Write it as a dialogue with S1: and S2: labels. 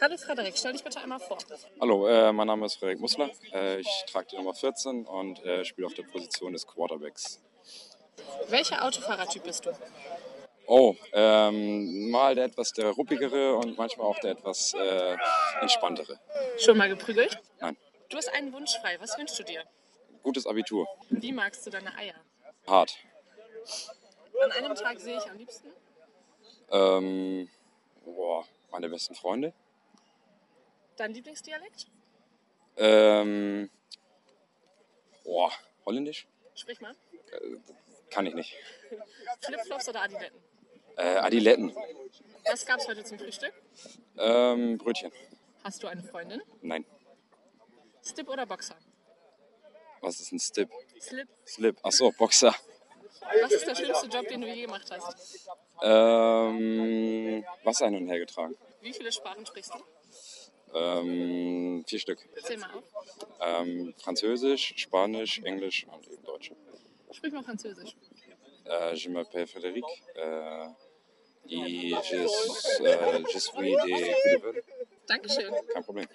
S1: Hallo Frederik, stell dich bitte einmal vor.
S2: Hallo, äh, mein Name ist Frederik Musler. Äh, ich trage die Nummer 14 und äh, spiele auf der Position des Quarterbacks.
S1: Welcher Autofahrertyp bist du?
S2: Oh, ähm, mal der etwas der ruppigere und manchmal auch der etwas äh, entspanntere.
S1: Schon mal geprügelt?
S2: Nein.
S1: Du hast einen Wunsch frei. Was wünschst du dir?
S2: Gutes Abitur.
S1: Wie magst du deine Eier?
S2: Hart.
S1: An einem Tag sehe ich am liebsten.
S2: Ähm, boah, meine besten Freunde.
S1: Dein Lieblingsdialekt?
S2: Ähm, boah, holländisch?
S1: Sprich mal.
S2: Kann ich nicht.
S1: Flipflops oder Adiletten?
S2: Äh, Adiletten.
S1: Was gab's heute zum Frühstück?
S2: Ähm, Brötchen.
S1: Hast du eine Freundin?
S2: Nein.
S1: Stip oder Boxer?
S2: Was ist ein Stip?
S1: Slip.
S2: Slip. Achso, Boxer.
S1: Was ist der schlimmste Job, den du je gemacht hast?
S2: Ähm, Wasser hin und her getragen.
S1: Wie viele Sprachen sprichst du?
S2: Ähm, vier Stück.
S1: Zähl mal auf.
S2: Ähm, Französisch, Spanisch, Englisch und eben Deutsch.
S1: Sprich mal Französisch.
S2: Euh, je m'appelle Frédéric. Euh, et je, euh, je suis des Couleurs.
S1: Dankeschön.
S2: Kein Problem.